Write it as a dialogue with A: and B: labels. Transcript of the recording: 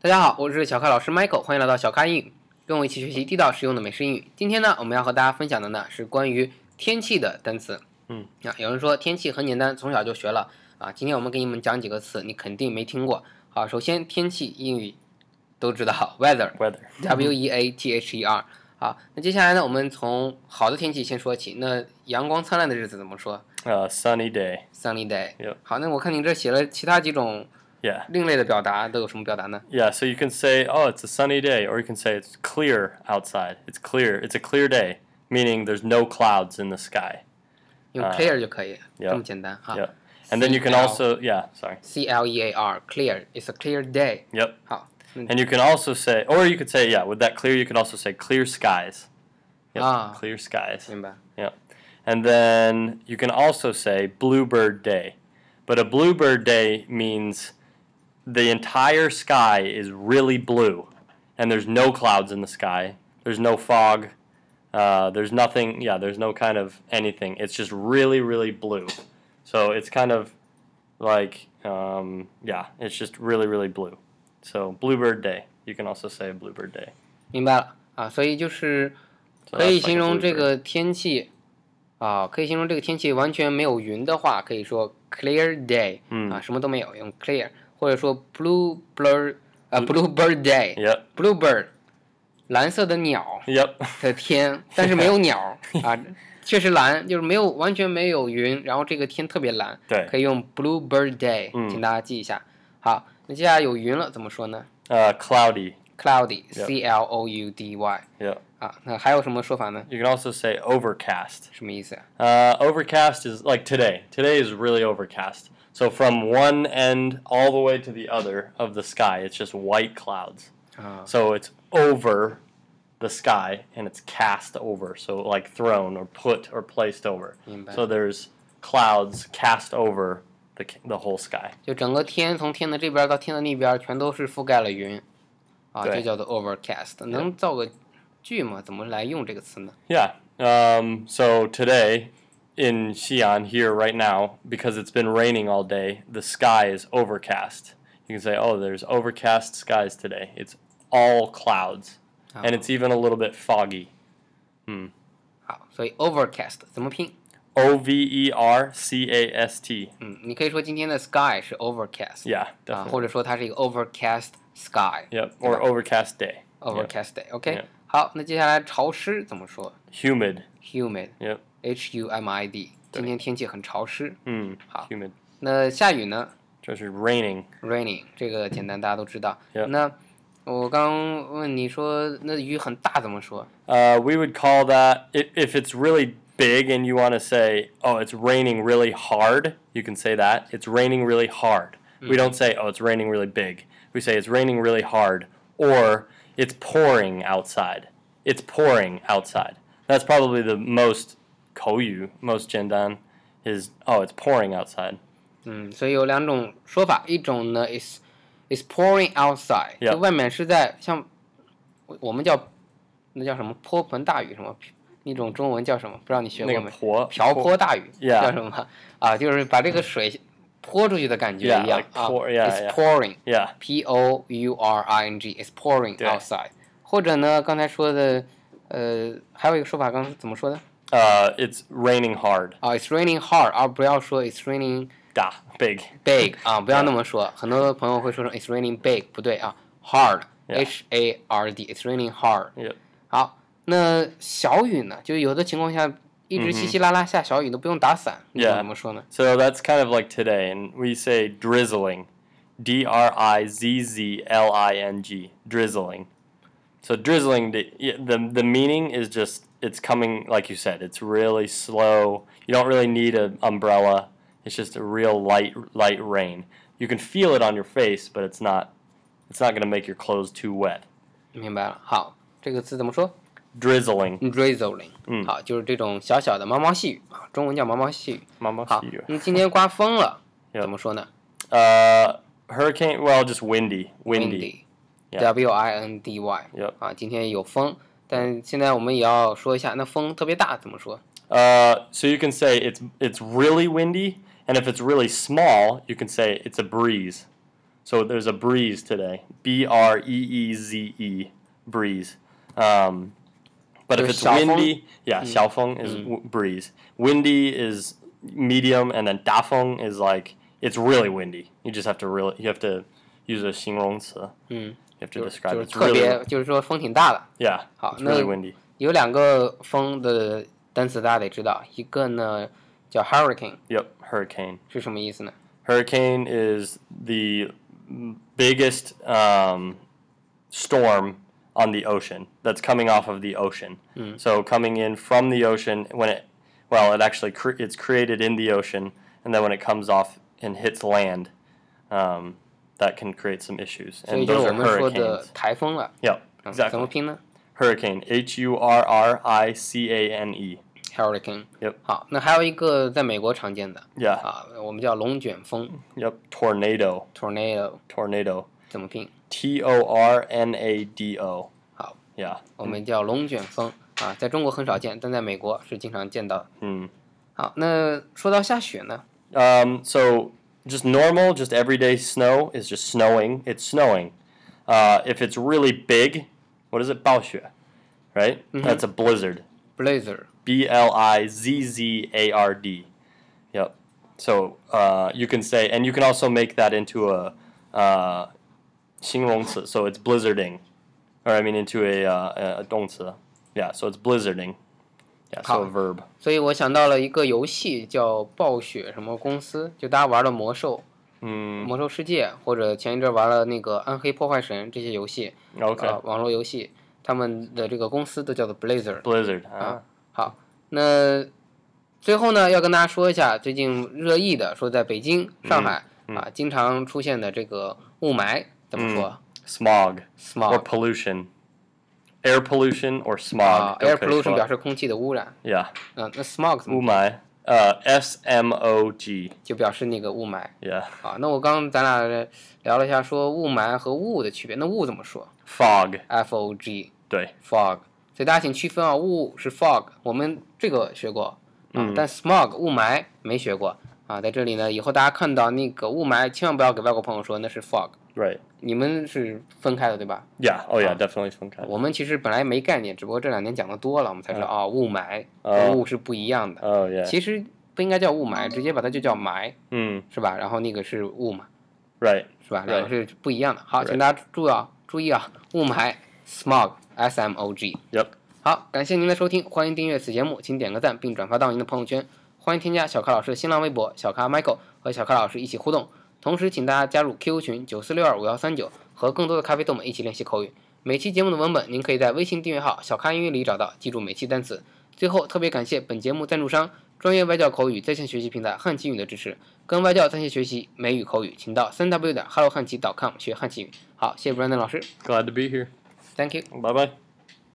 A: 大家好，我是小咖老师 Michael，欢迎来到小咖英语，跟我一起学习地道实用的美式英语。今天呢，我们要和大家分享的呢是关于天气的单词。
B: 嗯，
A: 啊，有人说天气很简单，从小就学了啊。今天我们给你们讲几个词，你肯定没听过。好，首先天气英语都知道 weather，
B: weather
A: W E A T H E R。好，那接下来呢，我们从好的天气先说起。那阳光灿烂的日子怎么说
B: uh, sunny day
A: ？Sunny day。
B: Yep
A: 好，那我看你这写了其他几种
B: yeah
A: 另类的表达，都有什么表达呢？
B: yeah so you can say oh it's a sunny day or you can say it's clear outside it's clear it's a clear day meaning there's no clouds in the sky
A: 用
B: 啊
A: clear 就可以，
B: Yep
A: 这么简单啊。
B: yep and then you can
A: CL
B: also yeah sorry
A: C L E A R clear. It's a clear day.
B: yep
A: 好，嗯
B: and you can also say or you could say yeah with that clear you could also say clear skies yep,
A: Ah.
B: clear skies
A: 明白。
B: yep and then you can also say bluebird day but a bluebird day means the entire sky is really blue and there's no clouds in the sky there's no fog uh, there's nothing yeah there's no kind of anything it's just really really blue so it's kind of like um, yeah it's just really really blue so bluebird day you can also say bluebird day
A: 明白了啊，所以就是
B: So
A: 可以
B: that's like a
A: 形容这
B: bluebird.
A: 个天气啊，可以形容这个天气完全没有云的话，可以说 clear day
B: 嗯
A: 啊，什么都没有，用 clear，或者说 blue blur 啊 bluebird day
B: yep
A: bluebird 蓝色的鸟
B: yep
A: 的天，但是没有鸟啊，确实蓝，就是没有完全没有云，然后这个天特别蓝，
B: 对
A: 可以用 bluebird day，
B: 嗯
A: 请大家记一下。好，那接下来有云了怎么说呢
B: uh, cloudy Yep
A: ？cloudy，c l o u d y。
B: yep
A: 啊，那还有什么说法呢？
B: you can also say overcast
A: 什么意思啊？
B: Uh, overcast is like today. Today is really overcast. So from one end all the way to the other of the sky, it's just white clouds.
A: 啊
B: So it's over the sky and it's cast over. So like thrown or put or placed over.
A: 明白
B: So there's clouds cast over the ca- the whole sky.
A: 就整个天从天的这边到天的那边，全都是覆盖了云，啊，
B: 对
A: 这叫做 overcast。能造个句吗？怎么来用这个词呢？
B: Yeah. Um, so today in Xi'an here right now, because it's been raining all day, the sky is overcast. You can say, "Oh, there's overcast skies today. It's all clouds, and it's even a little bit foggy."
A: 好，所以 overcast 怎么拼？
B: O V E R C A S T.
A: 嗯，你可以说今天的 sky 是 overcast，
B: Yeah,
A: 啊，或
B: definitely.
A: 者说它是一个 overcast sky，overcast
B: Yep, or overcast day. Yep. Yeah
A: day，OK。好，那接下来潮湿怎么说
B: Humid.
A: ？humid，h
B: Yep.
A: u m i d。今天天气很潮湿。
B: Mm,
A: 好。
B: humid.
A: 那下雨呢？
B: Just raining.
A: raining 这个简单，大家都知道。
B: Yep.
A: 那我刚问你说，那雨很大怎么说？
B: Uh, we would call that if, if it's really big and you want to say, oh, it's raining really hard, you can say that. It's raining really hard. We don't say, oh, it's raining really big. We say it's raining really hard or it's pouring outside. It's pouring outside. That's probably the most koyu, most jendan is, oh, it's pouring outside.
A: 嗯，所以有两种说法，一种呢 is is pouring outside，、
B: Yeah.
A: 就外面是在像我我们叫那叫什么泼盆大雨什么，那种中文叫什么？不知道你学过没？
B: 那个婆-
A: 瓢泼大雨
B: Yeah. 嗯
A: 叫什么？啊，就是把这个水泼出去的感觉一
B: Yeah,
A: 样
B: like
A: 啊。
B: pour- yeah,
A: it's
B: yeah.
A: pouring。
B: Yeah.
A: P O U R I N G is pouring
B: 对
A: outside。或者呢，刚才说的，呃，还有一个说法，刚刚怎么说的？
B: Uh, it's raining hard.
A: 啊、i t s raining hard，而不要说 It's raining
B: Da, big.
A: big 啊，不要那么说。很多朋友会说成 It's raining big，不对啊，hard，H、
B: Yeah.
A: A R D，It's raining hard。
B: Yep.
A: 好，那小雨呢？就有的情况下一直稀稀拉拉下小雨，都不用打伞，你
B: 嗯 Yeah.
A: 怎么说呢？
B: So that's kind of like today, and we say drizzling, D R I Z Z L I N G, drizzling. So drizzling, the yeah, the the meaning is just it's coming, like you said, it's really slow. You don't really need an umbrella. It's just a real light light rain. You can feel it on your face, but it's not it's not gonna make your clothes too wet.
A: 明白了。好，这个词怎么说？
B: Drizzling,
A: drizzling，、好，
B: 嗯
A: 就是这种小小的毛毛细雨啊，中文叫毛毛细雨。
B: mama.
A: 好
B: see you.，
A: 那今天刮风 了
B: Yeah.
A: 怎么说呢
B: Uh, hurricane. Well, just windy, windy. Yeah.
A: w I N D Y，
B: Yep.
A: 啊，今天有风，但现在我们也要说一下，那风特别大怎么说？
B: Uh, so you can say it's it's really windy, and if it's really small, you can say it's a breeze. So there's a breeze today. B R E E Z E breeze. Um, but if
A: There's
B: it's
A: xiaofeng? Hmm.
B: windy, yeah, xiaofeng is w- breeze. Windy is medium, and then dafeng is like it's really windy. You just have to really you have to use a 形容词.
A: Mm.
B: You have to
A: 就
B: describe
A: 就是
B: it's
A: 特
B: really
A: 别，就是说风挺大的。
B: yeah,
A: 好，
B: it's
A: 那
B: really windy.
A: 有两个风的单词大家得知道，一个呢叫 hurricane，
B: Yep, hurricane.
A: 是什么意思呢？
B: Hurricane is the biggest um, storm on the ocean that's coming off of the ocean. So coming in from the ocean when it, well, it actually cre- it's created in the ocean, and then when it comes off and hits land, um, that can create some issues.
A: 所以
B: And
A: 就是
B: those
A: 我
B: are
A: 们说的
B: hurricanes.
A: 台风了。
B: Yep,
A: 啊怎么
B: exactly.
A: 拼呢
B: Hurricane. H U R R I C A N E.
A: ？Hurricane。
B: Yep
A: 好，那还有一个在美国常见的
B: Yeah.
A: 啊，我们叫龙卷风
B: Yep. Tornado.
A: （tornado），
B: Tornado.
A: 怎么拼？
B: T O R N A D O.
A: 好，
B: Yeah.
A: 我们叫龙卷风啊，在中国很少见，但在美国是经常见到的。
B: Hmm.
A: 好，那说到下雪呢，
B: Um, so just normal, just everyday snow is just snowing. It's snowing. Uh, if it's really big, what is it? 暴雪, right? That's a blizzard.
A: blizzard
B: B L I Z Z A R D. Yep. So uh, you can say, and you can also make that into a uh, 形容词. So it's blizzarding, or I mean into a, uh, a 动词. Yeah. So it's blizzarding. Yeah. So a
A: 好。
B: verb.
A: 所以我想到了一个游戏叫暴雪什么公司，就大家玩的魔兽、
B: Mm,
A: 魔兽世界，或者前一阵玩了那个暗黑破坏神这些游戏，
B: okay.
A: 啊，网络游戏，他们的这个公司都叫做 Blizzard。
B: blizzard. huh?
A: 啊，好，那最后呢，要跟大家说一下最近热议的，说在北京、上海、啊，经常出现的这个雾霾怎么说、
B: 嗯 smog.
A: s m o
B: or
A: g
B: pollution. Air pollution or
A: 啊
B: smog.
A: Uh, ，air
B: Okay,
A: pollution
B: smog.
A: 表示空气的污染，
B: Yeah.
A: 嗯、那 smog 怎么
B: Umai. Uh, S M O G.
A: 就表示那个雾霾
B: Yeah.
A: 啊。那我刚咱俩聊了一下说雾霾和雾的区别，那雾怎么说
B: Fog.
A: ？f o g
B: 对
A: fog，所以大家请区分啊，雾是 fog，我们这个学过，啊、但 smog 雾霾没学过啊，在这里呢，以后大家看到那个雾霾，千万不要给外国朋友说那是 fog，
B: Right.
A: 你们是分开的对吧？
B: Yeah. Oh yeah. Definitely some kind.
A: 我们其实本来没概念，只不过这两年讲的多了，我们才知道啊、雾霾
B: 哦
A: 和雾是不一样的，
B: Oh yeah.
A: 其实不应该叫雾霾，直接把它就叫霾
B: Mm.
A: 是吧？然后那个是雾嘛，
B: Right.
A: 是吧？
B: Right.
A: 两个是不一样的。好，
B: Right.
A: 请大家注意啊，注意啊，雾霾 smog s m o g。
B: Yep.
A: 好，感谢您的收听，欢迎订阅此节目，请点个赞并转发到您的朋友圈，欢迎添加小咖老师的新浪微博小咖 Michael 和小咖老师一起互动，同时请大家加入 QQ 群九四六二五幺三九，和更多的咖啡豆们一起练习口语。每期节目的文本您可以在微信订阅号小咖英语里找到，记住每期单词。最后特别感谢本节目赞助商专业外教口语在线学习平台汉奇语的支持，跟外教在线学习美语口语，请到三 w 点 hello 汉奇 .com 学汉奇语。好，谢谢 Brandon 老师
B: Glad to be here.
A: ，Thank you。
B: Bye bye.